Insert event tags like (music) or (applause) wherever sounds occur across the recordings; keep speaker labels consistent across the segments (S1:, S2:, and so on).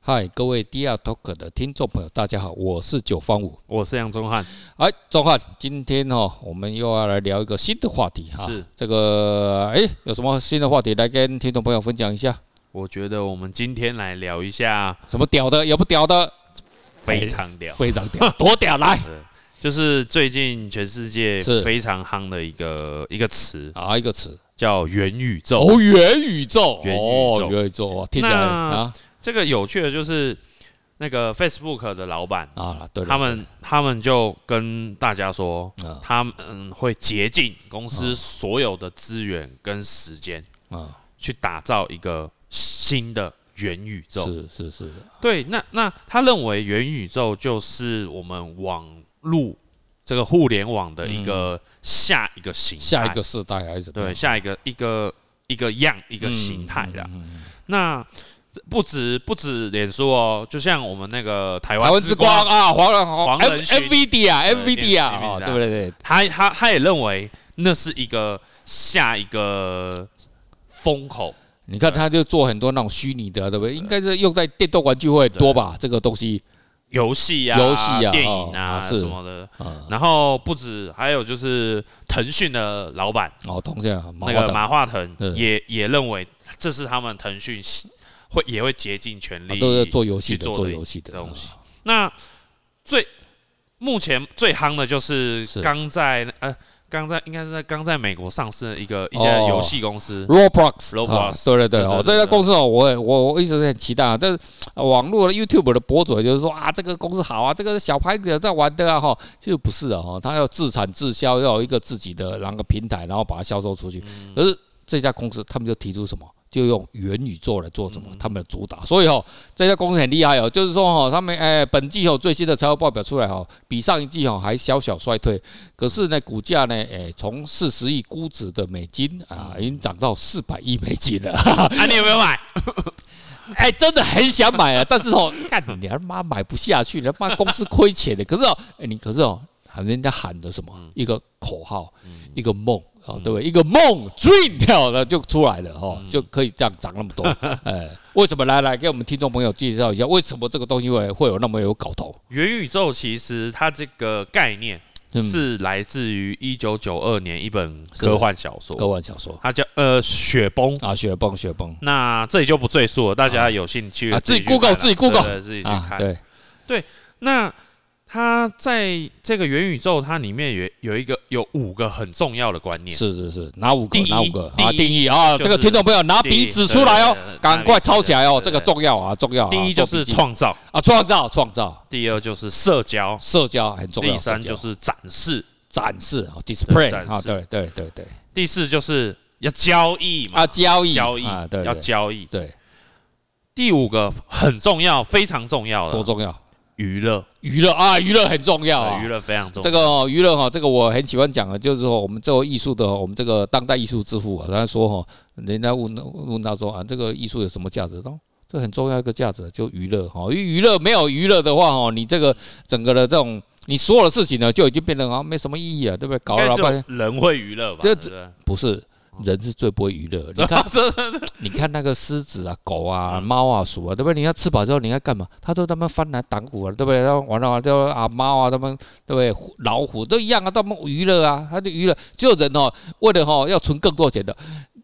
S1: 嗨，各位 DR Talk 的听众朋友，大家好，我是九方五。
S2: 我是杨宗翰，
S1: 哎，钟汉，今天哦，我们又要来聊一个新的话题哈。
S2: 是
S1: 这个哎，有什么新的话题来跟听众朋友分享一下？
S2: 我觉得我们今天来聊一下
S1: 什么屌的，有不屌的？哎
S2: 非常屌，
S1: 非常屌， (laughs) 多屌来！
S2: 就是最近全世界
S1: 是
S2: 非常夯的一个一个词，
S1: 啊，一个词
S2: 叫元宇宙。
S1: 哦，元宇宙，
S2: 元宇宙
S1: 哦元宇宙，哇听起来
S2: 那
S1: 啊
S2: 这个有趣的就是那个 Facebook 的老板，
S1: 啊，对了，
S2: 他们他们就跟大家说，
S1: 啊
S2: 他们会竭尽公司所有的资源跟时间，
S1: 啊，
S2: 去打造一个新的元宇宙。
S1: 是是是，
S2: 对，那那他认为元宇宙就是我们网路这个互联网的一个下一个形
S1: 嗯
S2: 态，
S1: 下一个世代还是怎么
S2: 对
S1: 样？
S2: 下一个一个一个样一个形态啦。
S1: 嗯
S2: 那不止不止脸书哦，就像我们那个台
S1: 台
S2: 湾
S1: 湾之光，啊，黄人
S2: 黄仁勋
S1: NVD 啊
S2: 对
S1: ，NVD 啊，
S2: NVIDIA
S1: 哦，对不对？对，
S2: 他他他也认为那是一个下一个风口，
S1: 你看他就做很多那种虚拟的，对不对？应该是用在电动玩具会多吧？这个东西
S2: 游戏呀、
S1: 游戏啊
S2: 电影啊
S1: 哦啊是
S2: 什么的。
S1: 啊，
S2: 然后不止，还有就是腾讯的老板。
S1: 哦，同学啊，
S2: 那
S1: 麻烦
S2: 个
S1: 的
S2: 马化腾
S1: 嗯
S2: 也也认为这是他们腾讯会也会竭尽全
S1: 啊
S2: 力
S1: 都是做游戏
S2: 去
S1: 的，
S2: 做
S1: 做
S2: 的
S1: 游戏的啊
S2: 东西。那最目前最夯的就是
S1: 是
S2: 刚在呃刚在应该是在刚在美国上市的一个一
S1: 哦
S2: 家游戏公司，
S1: Roblox，
S2: Roblox，
S1: 啊对对对，
S2: 对对
S1: 哦，
S2: 对
S1: 这家公司哦，我也我我一直很期待啊，但是呃网络的 YouTube 的博主就是说啊，这个公司好啊，这个小牌子在玩的啊，哈，其实不是啊，哈，他要自产自销，要有一个自己的那个平台，然后把它销售出去。
S2: 嗯
S1: 可是这家公司他们就提出什么？就用元宇宙来做什么？
S2: 嗯
S1: 他们的主打，所以哦，这家公司很厉害哦，就是说哦，他们哎，本季哦最新的财务报表出来哦，比上一季哦还小小衰退，可是呢，股价呢，哎，从四十亿估值的美金啊，
S2: 嗯
S1: 已经涨到四百亿美金了。 (laughs)
S2: 啊，你有没有买？
S1: 哎，真的很想买啊，但是哦，干你他妈买不下去，他妈公司亏钱的。可是哦，哎，你可是哦，喊人家喊的什么
S2: 嗯
S1: 一个口号，一个梦。哦，对不对？一个梦 dream 掉了就出来了哦，
S2: 嗯
S1: 就可以这样涨那
S2: (laughs)
S1: 么多。哎，为什么？来来，给我们听众朋友介绍一下，为什么这个东西会会有那么有搞头？
S2: 元宇宙其实它这个概念
S1: 嗯，
S2: 是来自于一九九二年一本
S1: 是
S2: 科幻小
S1: 科
S2: 说，
S1: 幻小说
S2: 它叫呃雪崩。
S1: 啊，雪崩雪崩
S2: 那这里就不赘述了，大家有兴趣
S1: 啊
S2: 去
S1: 自己 Google，
S2: 看啊
S1: 自己 Google
S2: 对对自己去
S1: 啊，
S2: 看。
S1: 对，
S2: 那它在这个元宇宙，它里面有有一个有五个很重要的观念。
S1: 是是是，哪五个？
S2: 第一
S1: 哪五个？
S2: 第一
S1: 啊，定义啊，
S2: 就
S1: 这
S2: 是
S1: 个听众朋友拿笔指出来哦
S2: 对对对对，
S1: 赶快抄起来哦，
S2: 对
S1: 这
S2: 对
S1: 个
S2: 对
S1: 重要啊，重要啊。
S2: 第一就
S1: 做笔
S2: 是
S1: 记
S2: 创造，
S1: 啊，创造创造，
S2: 第二就是社交，
S1: 社交很重要。
S2: 第三
S1: 社交
S2: 就是展示，
S1: 展示啊，display
S2: 展示
S1: 啊，对对对对
S2: 第四就是要交易嘛，
S1: 啊，交易
S2: 交易
S1: 啊，对
S2: 要
S1: 对
S2: 交易。
S1: 对，
S2: 第五个很重要，非常重要
S1: 多
S2: 的
S1: 重要！
S2: 娱乐，
S1: 娱乐啊，娱乐很重要
S2: 对
S1: 啊
S2: 娱。乐非常重
S1: 这
S2: 要。
S1: 个哦娱乐哈，这个我很喜欢讲的，就是说我们做艺术的哦，我们这个当代艺术之父啊，他说哈，人家问问他说啊，这个艺术有什么价值？哦，这很重要一个价值就娱乐哈，因为娱乐没有娱乐的话哈，你这个整个的这种你所有的事情呢，就已经变得好啊像没什么意义了，对不对？搞了
S2: 应该
S1: 老
S2: 只
S1: 半天
S2: 有，人会娱乐吧？
S1: 这
S2: 对不对
S1: 不是人是最不会娱乐。你
S2: (laughs)
S1: 看， (laughs) 你看那个狮子啊、狗
S2: 嗯
S1: 啊、猫啊、鼠啊，对不对？你要吃饱之后，你要干嘛？它都他妈翻来挡鼓啊，对不对？然后完了完就啊，猫啊，他们对不对？虎老虎都一样啊，他们娱乐啊，他就娱乐。只有人哦，为了哦要存更多钱的。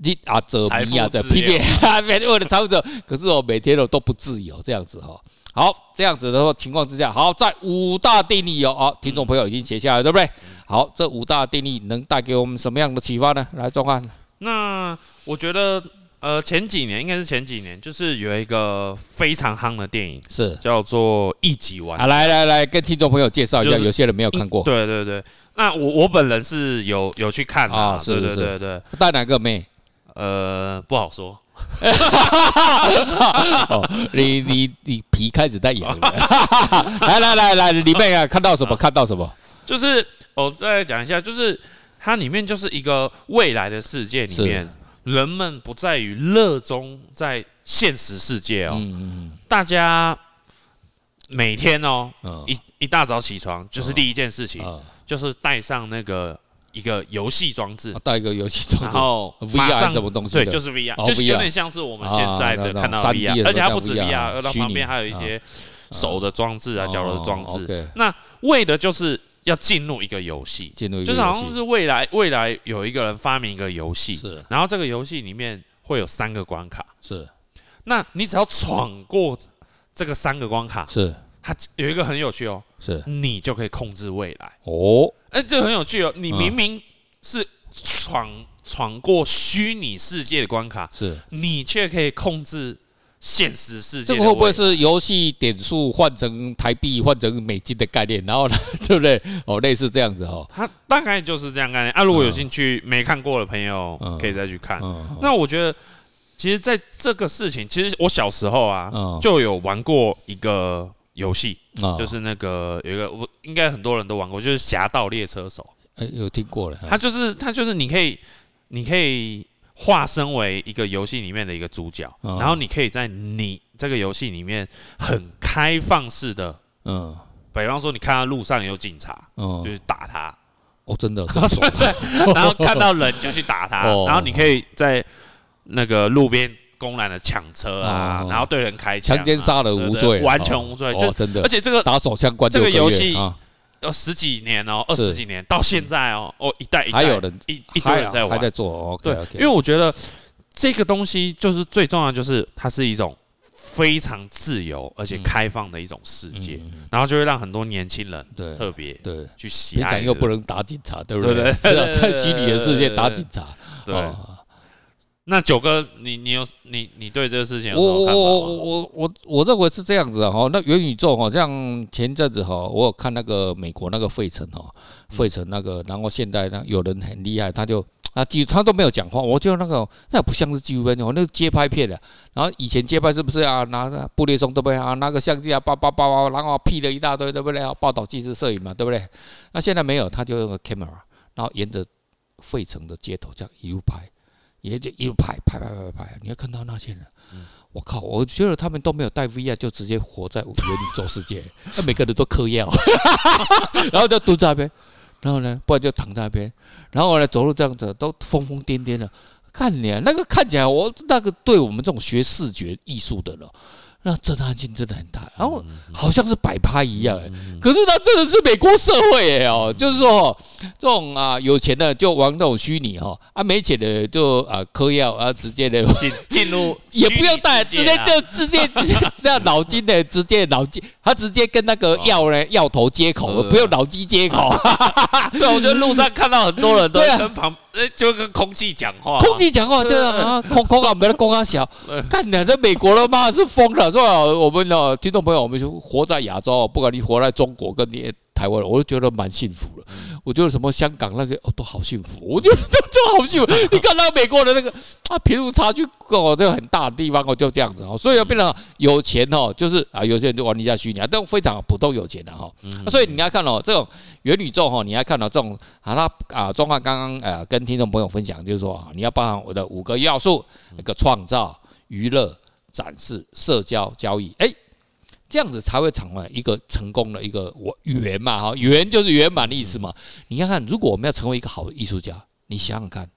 S1: 你啊，折
S2: 财
S1: 迷啊，
S2: 富
S1: 这
S2: 自
S1: 批
S2: 由
S1: 评啊， (laughs) 每为了操作，可是哦，每天哦都不自由这样子哈、哦。好，这样子的话情况之下，好，在五大定律哦，好，听众朋友已经写下来，对不对？
S2: 嗯
S1: 好，这五大定律能带给我们什么样的启发呢？来，钟汉，
S2: 那我觉得，呃，前几年应该是前几年，就是有一个非常夯的电影
S1: 是
S2: 叫做《一级玩
S1: 啊，来来来，跟听众朋友介绍一下，
S2: 就是嗯
S1: 有些人没有看过，
S2: 对对对，那我我本人是有有去看
S1: 啊
S2: 啊，
S1: 是
S2: 对对
S1: 是
S2: 对对，
S1: 带哪个妹？
S2: 呃，不好说， (laughs)
S1: 哦，你你你皮开始在痒了， (laughs) 来来来来，里面啊，看到什么？看到什
S2: 啊
S1: 么？
S2: 就是我再来讲一下，就是它里面就是一个未来的世界里
S1: 是
S2: 面，人们不在于热衷在现实世界哦，
S1: 嗯
S2: 大家每天哦
S1: 嗯嗯
S2: 一一大早起床就是第一件事情
S1: 嗯，
S2: 就是戴上那个一个游戏装置
S1: 啊，，带一个游戏装
S2: 然
S1: 置
S2: 后马
S1: VR
S2: 上
S1: 是什么东西
S2: 对，
S1: 的？
S2: 就是 VR，
S1: 哦
S2: 就是
S1: VR
S2: 有点像是我们现在
S1: 啊
S2: 的
S1: 那
S2: 看到
S1: 种 3D 的
S2: VR，而且它不
S1: 那
S2: 止
S1: 种
S2: VR，而它
S1: 虚拟啊哦
S2: 旁边还有一些手的装置啊、脚的装置，
S1: 对，
S2: 那为的就是要进入一个游戏，
S1: 进入一个
S2: 就
S1: 游戏
S2: 是好像是未来未来有一个人发明一个游戏，
S1: 是
S2: 然后这个游戏里面会有三个关卡，
S1: 是
S2: 那你只要闯过这个三个关卡，
S1: 是
S2: 它有一个很有趣哦，
S1: 是
S2: 你就可以控制未来。
S1: 哦，
S2: 哎、这个很有趣哦，你
S1: 嗯
S2: 明明是闯闯过虚拟世界的关卡，
S1: 是
S2: 你却可以控制现实世界
S1: 这
S2: 的
S1: 个
S2: 未来。
S1: 会不会是游戏点数换成台币换成美金的概念？然后呢， (laughs) 对不对？哦，类似这样子哦，
S2: 它大概就是这样概念啊。如果有兴趣、没看过的朋友，
S1: 嗯
S2: 可以再去看。
S1: 嗯
S2: 那我觉得，其实在这个事情，其实我小时候啊，
S1: 嗯
S2: 就有玩过一个游戏，
S1: 啊
S2: 就是那个有一个我应该很多人都玩过，就是《侠盗猎车手》。
S1: 哎有听过了，
S2: 它就是它就是你可以你可以化身为一个游戏里面的一个主角，
S1: 嗯
S2: 然后你可以在你这个游戏里面很开放式的，
S1: 嗯
S2: 比方说你看到路上有警察，就
S1: 嗯，
S2: 去打他， (laughs)
S1: 哦，真的，真的爽
S2: 然后看到人就去打他，
S1: 哦
S2: 然后你可以在那个路边公然的抢车啊
S1: 哦，
S2: 然后对人开枪啊、
S1: 强奸杀人无
S2: 对对
S1: 罪，
S2: 对完全无罪。
S1: 哦
S2: 就
S1: 哦真的
S2: 而，且这个
S1: 打手枪关
S2: 这个
S1: 六
S2: 游
S1: 月
S2: 戏
S1: 啊，
S2: 有十几年哦，二
S1: 是
S2: 十几年到现在哦，哦一代一代
S1: 还有人
S2: 一一堆人在
S1: 还
S2: 玩
S1: 在，做
S2: 对
S1: ，OK，
S2: 因为我觉得这个东西就是最重要的，就是它是一种非常自由而且
S1: 嗯
S2: 开放的一种世界，然后就会让很多年轻人
S1: 对
S2: 特别
S1: 对。
S2: 去喜
S1: 平
S2: 爱这
S1: 常
S2: 个。
S1: 又不能打警察，对不
S2: 对
S1: (laughs)
S2: 对
S1: 对？
S2: 对
S1: 只好
S2: 对
S1: 在
S2: 对
S1: 虚拟的世界打警察。
S2: 对。
S1: 哦
S2: 那九哥，你你有你你对这个事情有什
S1: 我
S2: 么
S1: 我
S2: 看
S1: 我
S2: 法吗？
S1: 我我我认为是这样子哈、那元宇宙哈、像前阵子哈、我有看那个美国那个费城哈、费城那个，然后现在呢有人很厉害，他就啊几他都没有讲话，我就那个那不像是纪录片哦，那是街拍片的、然后以前街拍是不是啊拿那布列松对不对啊拿个相机啊叭叭叭叭，然后 P 了一大堆对不对？啊报道纪实摄影嘛对不对？那现在没有，他就用个 camera，然后沿着费城的街头这样一路拍，也就一路拍拍拍拍拍，你要看到那些人。我靠！我觉得他们都没有带 VR，就直接活在元宇宙世界， (laughs) 那每个人都嗑药， (laughs) 然后就蹲在那边，然后呢，不然就躺在那边，然后呢，走路这样子都疯疯癫癫的。看你、啊、那个看起来，我那个对我们这种学视觉艺术的了，那震撼性真的很大。然后好像是摆拍一样、欸，可是它真的是美国社会哎、哦，就是说、哦、这种啊有钱的就玩那种虚拟哈，啊没钱的就啊嗑药啊直接的
S2: 进进入
S1: (laughs) 也不用带，
S2: 虚拟
S1: 直
S2: 世界
S1: 接
S2: 啊
S1: 就直接直接这样脑筋的，直接脑筋，他直接跟那个药呢药头接口，
S2: 哦呃
S1: 不用脑机接口，
S2: 对，啊我觉得路上看到很多人都
S1: (laughs) 对啊
S2: 跟旁 (laughs) 呃就跟空气讲话，
S1: 空气讲话
S2: 对
S1: 就是啊空空啊，我们的空啊小，干你啊这美国了妈是疯了，是吧？我们的听众朋友，我们就活在亚洲，不管你活在中国跟你台湾，我都觉得蛮幸福了。
S2: 嗯
S1: 我觉得什么香港那些哦都好幸福，我觉得都都好幸福。你看到美国的那个啊贫富差距哦，这个很大的地方哦，就这样子哦，所以要变成有钱哦，就是啊有些人就玩一下虚拟啊，这种非常普通有钱的哈、
S2: 嗯
S1: 啊所以你要看哦，这种元宇宙哈、哦，你要看到、这种啊，它啊，庄汉刚刚呃跟听众朋友分享，就是说啊，你要包含我的五个要素，
S2: 嗯
S1: 那个创造、娱乐、展示、社交、交易，哎。这样子才会成为一个成功的一个我圆嘛哈，圆就是圆满的意思嘛。
S2: 嗯
S1: 你看看，如果我们要成为一个好的艺术家，你想想看，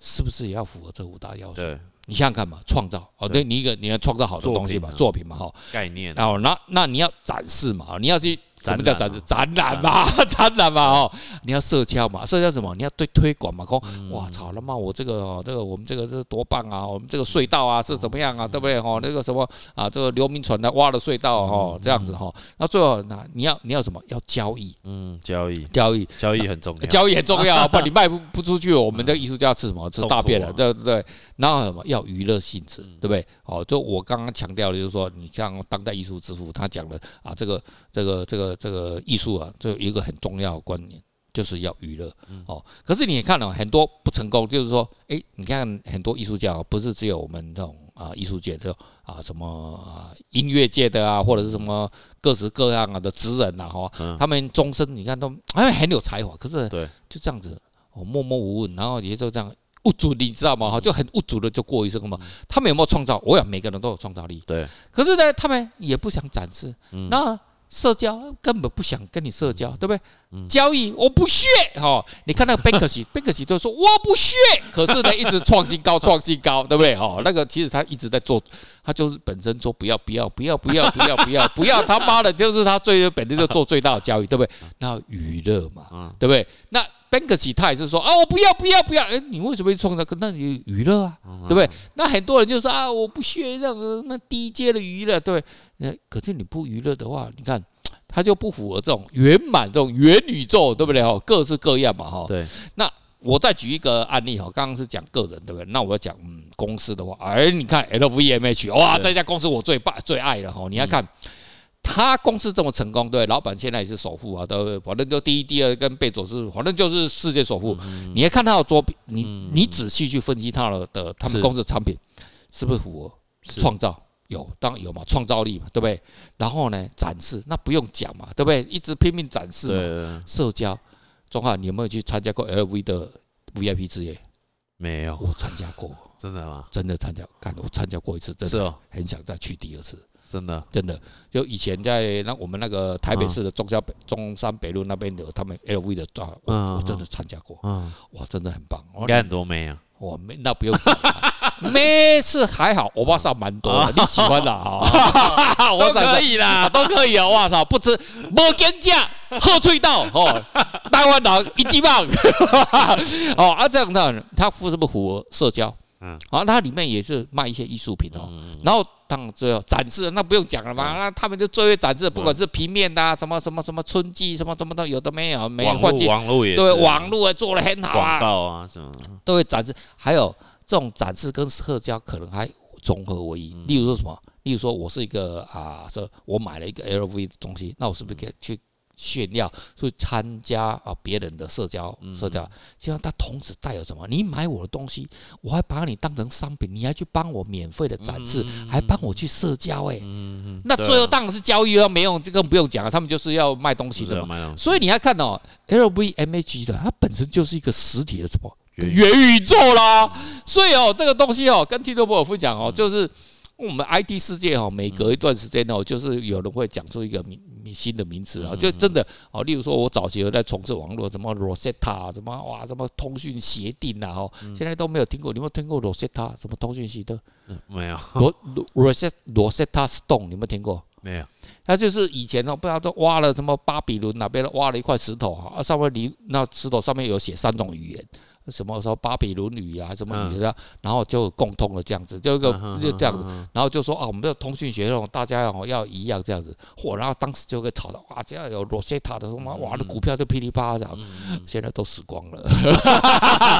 S1: 是不是也要符合这五大要素？
S2: 对
S1: 你想想看嘛，创造哦，
S2: 对
S1: 对你一个你要创造好的
S2: 作
S1: 东西
S2: 品
S1: 嘛
S2: 啊，
S1: 作品嘛哈，
S2: 概念，
S1: 哦，那那你要展示嘛，你要去什么叫
S2: 展
S1: 展
S2: 览
S1: 示展览嘛， (laughs)
S2: 啊？
S1: 展览嘛哦，你要社交嘛，社交什么？你要对推广嘛，说哇操他妈我这个哦，这个我们这个这多棒啊，我们这个隧道啊是怎么样啊，对不对哦？那个什么啊，这个流民船的挖了隧道哦，这样子哈，那最后那你要你要什么？要交易，
S2: 嗯，交易
S1: 交易。
S2: 交易很重
S1: (laughs)
S2: 要，
S1: 交易很重要啊，不然你卖不不出去，我们这艺术家吃什么？吃
S2: 痛苦
S1: 大便
S2: 啊嗯
S1: 了，对不对？然后什么要娱乐性质，对不对？哦，就我刚刚强调的，就是说，你像当代艺术之父，他讲的啊，这个这个这个这个艺术啊，就有一个很重要的观念，就是要娱乐
S2: 嗯
S1: 哦。可是你也看到、很多不成功，就是说，哎，你看很多艺术家、哦，不是只有我们这种啊艺术界的啊什么啊音乐界的啊，或者是什么各式各样啊的职人呐、啊、哈、
S2: 嗯
S1: 他们终身你看都哎很有才华，可是
S2: 对
S1: 就这样子哦默默无闻，然后也就这样。物主你知道吗？哈，就很物主的就过一生嘛。他们有没有创造？我想每个人都有创造力，
S2: 对，
S1: 可是呢，他们也不想展示。那社交根本不想跟你社交，对不对？交易我不屑哦，你看那个 Banksy，Banksy 都说我不屑，可是呢一直创新高，创新高，对不对？哦，那个其实他一直在做，他就是本身说不要不要不要不要不要不要不要他妈的，就是他最本身就做最大的交易，对不对？那娱乐嘛，
S2: 嗯
S1: 对不对？那 Banksy 他也是说啊，我不要不要不要，哎，你为什么会创造？那你娱乐啊，对不对？那很多人就说啊，我不屑那个那低阶的娱乐，对不对，呃，可是你不娱乐的话，你看。它就不符合这种圆满、这种元宇宙，对不对？哦，各式各样嘛，哈。
S2: 对，
S1: 我再举一个案例哈，刚刚是讲个人对不对？那我要讲嗯公司的话，哎，你看 LVMH 哇，
S2: 对嗯
S1: 这家公司我最霸最爱了哈。你要看他公司这么成功，对不对，老板现在也是首富啊，对不对？反正就第一、第二跟贝佐斯，反正就是世界首富。
S2: 嗯
S1: 你要看他的作品，你你仔细去分析他的的他们
S2: 是
S1: 公司的产品是不是符合
S2: 是
S1: 创造有，当然有嘛，创造力嘛，对不对？然后呢，展示那不用讲嘛，对不对？一直拼命展示
S2: 对
S1: 嘛，
S2: 对对
S1: 社交，钟汉，你有没有去参加过 LV 的 VIP 之夜？
S2: 没有，
S1: 我参加过，
S2: 真的吗？
S1: 真的参加，看我参加过一次，真
S2: 是
S1: 的
S2: 哦，
S1: 很想再去第二次，
S2: 真的，
S1: 真的。就以前在那我们那个台北市的中山北中山北路那边有他们 LV 的啊，我
S2: 嗯
S1: 我真的参加过，
S2: 嗯，
S1: 哇，真的很棒。
S2: 应该很多妹啊，
S1: 我没那不用讲啊。 (laughs) 没是还好，我巴萨蛮多的，你喜欢的啊？ (laughs) 我
S2: 都
S1: 想说
S2: 可以啦，
S1: 都可以啊！哇操，不吃无惊价，喝脆道哦，
S2: (laughs)
S1: 台湾人一级棒哦啊！这样的他符是不符合社交？嗯
S2: 嗯，
S1: 啊，它里面也是卖一些艺术品哦，然后当然最后展示，那不用讲了
S2: 嗯
S1: 嘛，那他们就最会展示，不管是平面的、啊、什么什么什么春季什么什么的，有的没有，没
S2: 网
S1: 换
S2: 络
S1: 季，
S2: 网络也
S1: 对
S2: 是
S1: 网络也做的很好
S2: 广
S1: 啊，
S2: 告啊什么的，
S1: 都会展示，还有这种展示跟社交可能还综合为一。例如说什么？例如说我是一个啊，这我买了一个 LV 的东西，那我是不是可以去炫耀，去参加啊别人的社交社交？就像他同时带有什么？你买我的东西，我还把你当成商品，你还去帮我免费的展示，还帮我去社交、欸，
S2: 嗯，
S1: 那最后当然是交易了，没用，这个不用讲了，他们就是要卖东西
S2: 记
S1: 的嘛
S2: 得。蛮
S1: 所以你要看哦，LVMH 的它本身就是一个实体的什么
S2: 元宇
S1: 元宇宙啦。所以哦，这个东西哦，跟 Tito 波尔夫讲哦，
S2: 嗯
S1: 就是我们 IT 世界哦，每隔一段时间哦，
S2: 嗯
S1: 就是有人会讲出一个名名新的名词啊，就真的哦，例如说我早期有在从事网络什么 Rosetta 啊什么哇什么通讯协定啊哦，
S2: 嗯
S1: 现在都没有听过，你有没有听过 Rosetta 什么通讯协定
S2: 没有
S1: 罗 Rosetta Rosetta Stone 你有没有听过？(laughs)
S2: 没有，
S1: 他就是以前哦，不知道都挖了什么巴比伦哪边了挖了一块石头啊，啊上面离那石头上面有写三种语言，什么说巴比伦语啊，什么语言啊，然后就共通了这样子，就一个就这样子，
S2: 子，
S1: 然后就说啊，我们的通讯学那种大家哦要一样这样子，嚯，然后当时就会吵到哇，只要有罗塞塔的什么哇，那股票就噼里啪啦涨，现在都死光了。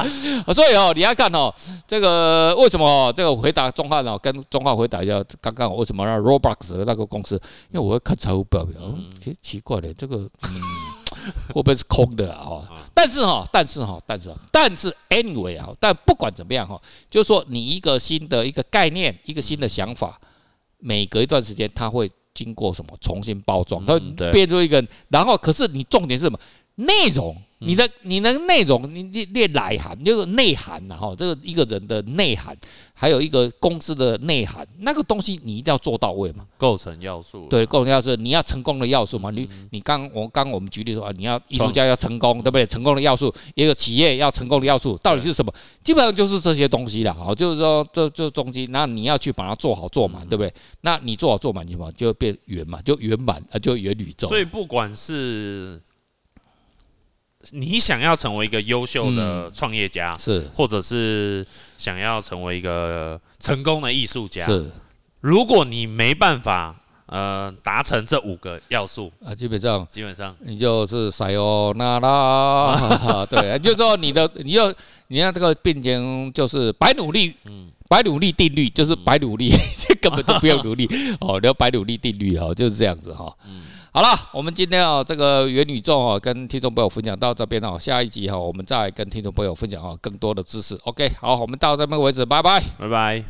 S1: (laughs) 所以哦，你要看哦，这个为什么哦这个回答钟汉哦，跟钟汉回答一下，刚刚哦我为什么让 Roblox 的那个公司，因为我会看财务报表，嗯其实奇怪的，这个、嗯、 (laughs) 会不会是空的啊？哦但是哈、但是哈、但是、哈，但是 anyway 啊，但不管怎么样哈、就是说你一个新的一个概念，一个新的想法，每隔一段时间它会经过什么重新包装，它会
S2: 嗯对
S1: 变出一个，然后可是你重点是什么？内容，你的你的内容，你你列来涵，就是内涵呐、啊、哈，这个一个人的内涵，还有一个公司的内涵，那个东西你一定要做到位嘛。
S2: 构成要素，
S1: 对，更重要是你要成功的要素嘛。你你刚我刚我们举例说啊，你要艺术
S2: 创
S1: 家要成功，对不对？成功的要素，也有企业要成功的要素，到底是什么？基本上就是这些东西啦。好，就是说这这中间，那你要去把它做好做满，对不对？那你做好做满，你什么就变圆满，就圆满啊，就圆宇宙。
S2: 所以不管是你想要成为一个优秀
S1: 嗯
S2: 的创业家，
S1: 是
S2: 或者是想要成为一个成功的艺术家，
S1: 是
S2: 如果你没办法呃达成这五个要素，
S1: 啊，基本上
S2: 基本上
S1: 你就是塞哦那啦，对，就是说你的，你就你看这个病情就是白努力，嗯，白努力定律就是白努力， (laughs) 这根本就不用努力哦，聊白努力定律哦，就是这样子哈。好了，我们今天哦，这个元宇宙哦，跟听众朋友分享到这边哦，下一集哈、哦，我们再跟听众朋友分享哦更多的知识。OK，好，我们到这边为止，拜拜。
S2: 拜拜。